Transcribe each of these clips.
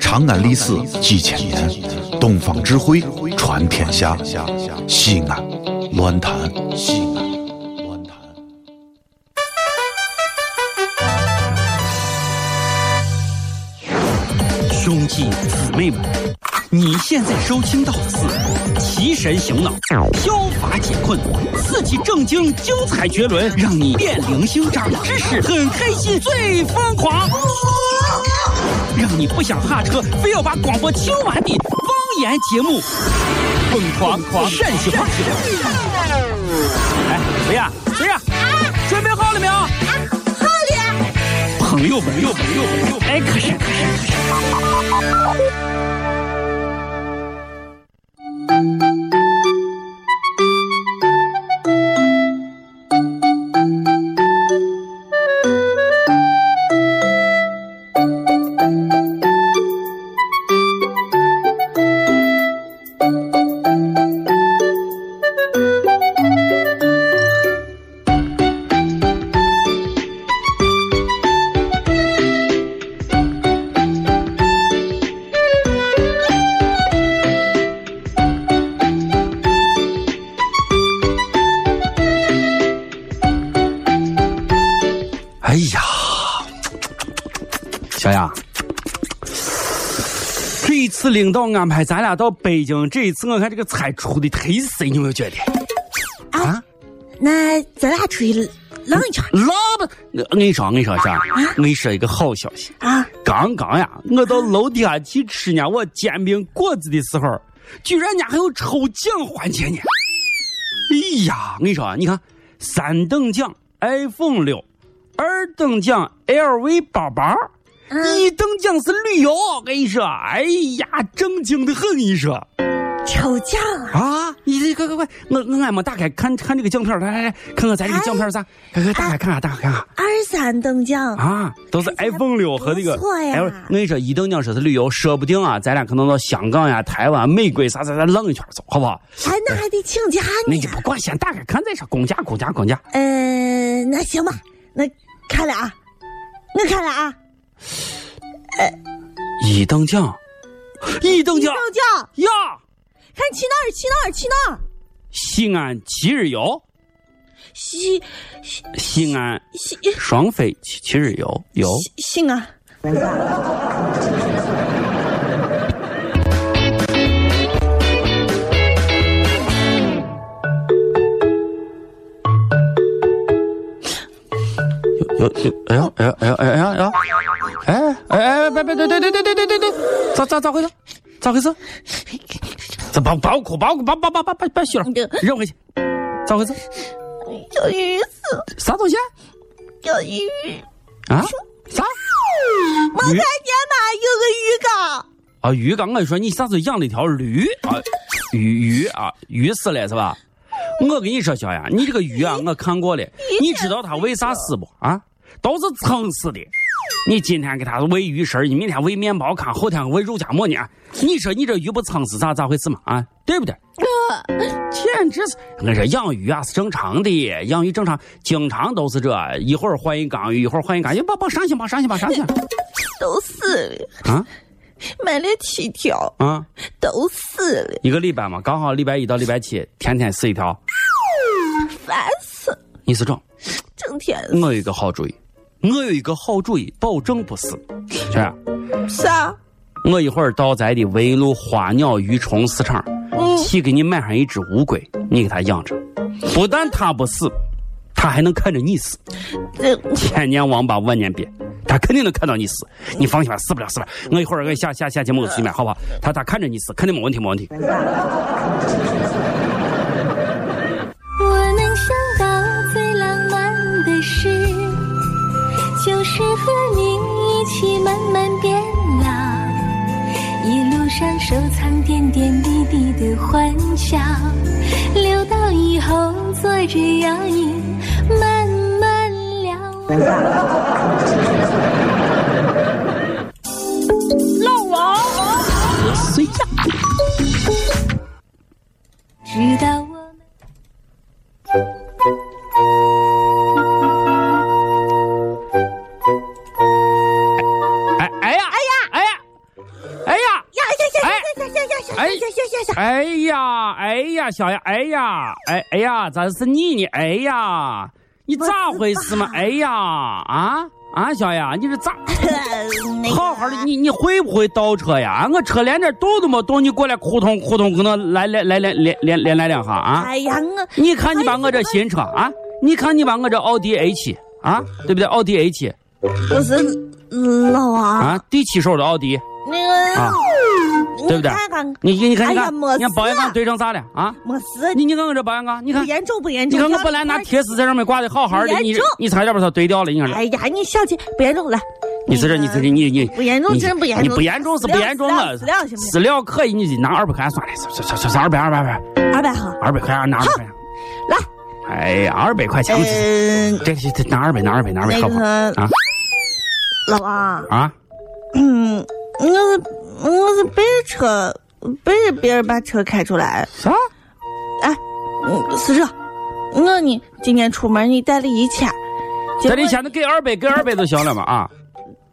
长安历史几千年，东方智慧传天下。西安，乱谈西安，乱谈。兄弟姊妹们，你现在收听到的是提神醒脑、消乏解困、刺激正经、精彩绝伦，让你变零星、长知识、很开心、最疯狂，让你不想下车，非要把广播听完的方言节目，疯狂狂陕西话。哎，谁呀？谁呀？准备好了没有？朋友们，朋友们，朋友们，朋友们哎，可是可是。哎呀，小雅，这一次领导安排咱俩到北京，这一次我看这个菜出的忒深，你有没有觉得？那咱俩出去浪一圈儿那不，我跟你说，我跟你说，小雅，我跟你说一个好消息，啊！刚刚呀，我到楼底下去吃呢，我煎饼果子的时候，居然人家还有抽奖环节呢！哎呀，我跟你说啊，你看，三等奖 iPhone 六，二等奖 LV 包包，嗯一等奖是旅游。我跟你说，哎呀，正经的很，我跟你说抽奖啊！啊！你这快快快，我我俺没打开看看这个奖片儿，来来来，看看咱这个奖片儿啥，快快打开看看，打开看看。二三等奖啊，都是看起来 iPhone 六和这个不错呀 L。我跟你说，一等奖说是旅游，说不定啊，咱俩可能到香港呀、台湾、美国啥啥，咱浪一圈走，好不好？哎，那还得请假那呢就。不管，先打开看再说。公家，公家，公家。嗯，那行吧，那看了啊，我看了啊，一等奖，一等一奖等奖，呀！看去哪儿去哪儿去哪儿？西安七日游，西西西安西双飞七七日游游。西啊安，有有，哎呀哎呀哎呀哎呀哎呀！哎哎哎，别别别别别别别别别！咋咋咋回事？咋回事？这把把我哭，把我把把把把把把虚了，扔回去。咋回事？有意思，啥东西？有意思。啊？啥？我看见嘛有个鱼缸，啊，鱼缸！我跟你说，你上次养了一条驴啊，鱼鱼啊，鱼死了是吧？我跟你说，小杨，你这个鱼啊，我看过了，你知道它为啥死不？啊，都是撑死的。你今天给它喂鱼食儿，你明天喂面包糠，后天喂肉夹馍呢。你说你这鱼不撑死咋咋回事嘛？啊，对不对？呃简直是！我跟你说，养鱼啊是正常的，养鱼正常，经常都是这一会儿换一缸鱼，一会儿换一缸鱼，把把伤心吧，伤心吧，伤心都死了，啊买了七条，啊！啊都死了，一个礼拜嘛，刚好礼拜一到礼拜七，天天死一条。烦死了，你是壮，整天死我有一个好主意，我有一个好主意，保证不死。这样，啥？啊我一会儿到咱的围路花鸟鱼虫市场，去给你买上一只乌龟，你给它养着，不但它不死，它还能看着你死。这千年王八万年鳖，它肯定能看到你死。你放心吧，死不了，死不了。我一会儿我下下下节目我去买，好不好？它它看着你死，肯定没问题，没问题。我能想到最浪漫的事，就是和你一起慢慢变老，一路上收藏点点滴滴的欢笑，留到以后坐着摇椅慢慢聊。直到我们。哎哎呀哎呀哎呀哎哎行行行行，哎呀，哎呀，小呀，哎呀，哎哎呀，咋是你呢？哎呀，你咋回事嘛？哎呀，啊啊，小呀，你是咋？那个好好的，你你会不会倒车呀？我车连点动都没动，你过来扑通扑通跟我来来来来连连连来两下啊！哎呀，哎我你看你把我这新车啊，你看你把我这奥迪 A 七啊，对不对？奥迪 A 七不是老王，啊，第七手的奥迪，那个、啊你对不对看看？你你看你哎呀看，没你看保险杠事堆成啥了啊？没事，你你看我这保险杠，你不看严重不严你重？看我要本来不拿然铁丝在上面挂的好好的，你严重你差点把它堆掉了，你看这。哎呀，你小气，不严重来，你是这，你那个是这，你你不严重你真不严重你不严重是不严重啊？死料死料行不行死料可以，你得拿二百块钱算了，算算算算二百二百二百二百哈，二百块钱拿二百块钱，来，哎呀，二百块钱，嗯、这这这拿二百拿二百拿二百，好那不好？个啊老王，啊，嗯，我是我是背着车，背着别人把车开出来，啥？哎，嗯，是这，我呢今天出门你带了一千，结咱果这钱能给二百，给二百就行了嘛啊！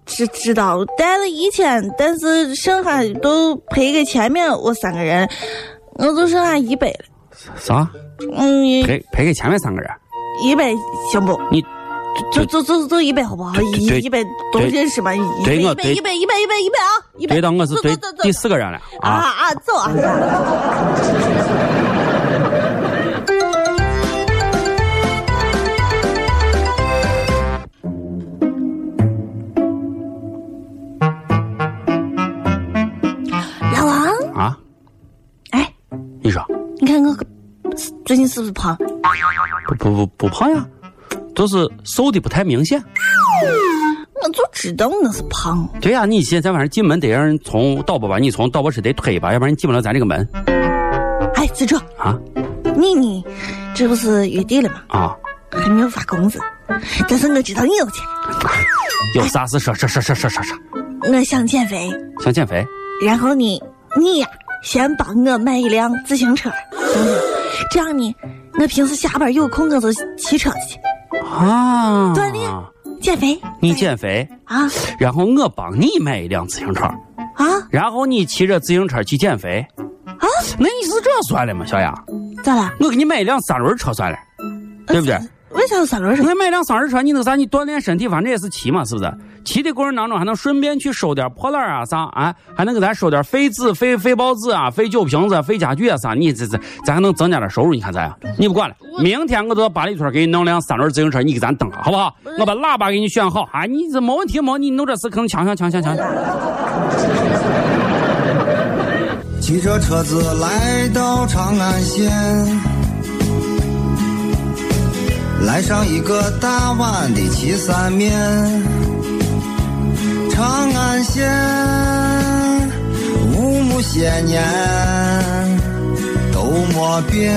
知知道带了一千，但是剩下都赔给前面我三个人，我就剩下一百了，啥？嗯，赔赔给前面三个人，一百行不？你就就就就一百好不好？一对一百都认识吧？一百对一我百对一百一百一百一百啊！一百堆到我是走堆走走第走四个人了啊啊！啊！走啊！走啊老王，啊，哎，你说你看我最近是不是胖？不不不不胖呀，就是瘦的不太明显。我就知道我是胖。对呀、你现在晚上进门得让人从导播把你从导播室得推吧，要不然你进不了咱这个门哎，子哲，啊你呢？这不是月底了吗？啊！还没有发工资，但是我知道你有钱。有啥事说说说说说说说，我想减肥，想减肥然后你你呀、先帮我买一辆自行车，行不行？这样呢，我平时下班有空我就骑车去啊？锻炼减肥。你减肥，啊然后我帮你买一辆自行车，啊，然后你骑着自行车去减肥啊？那你是这算了吗，小雅？咋了？呃我给你买一辆三轮车算了，对不对？为啥有三轮车？我买辆三轮车，你那个啥，你锻炼身体，反正也是骑嘛，是不是？骑的过程当中还能顺便去收点破烂啊啥啊，还能给咱收点废纸、废废报纸啊、废酒瓶子、废家具啊啥，你这这咱还能增加点收入，你看咋样？你不管了，明天我就到八里村给你弄辆三轮自行车，你给咱蹬上好不好？我把喇叭给你选好啊，你这没问题没问题，你弄这事可能强强强强强。骑着车子来到长安县，来上一个大碗的岐三面。长安县五亩些年都没变，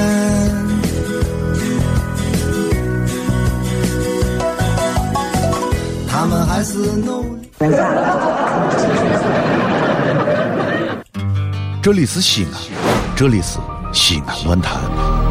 他们还是努力。这里是西安，这里是西安论坛。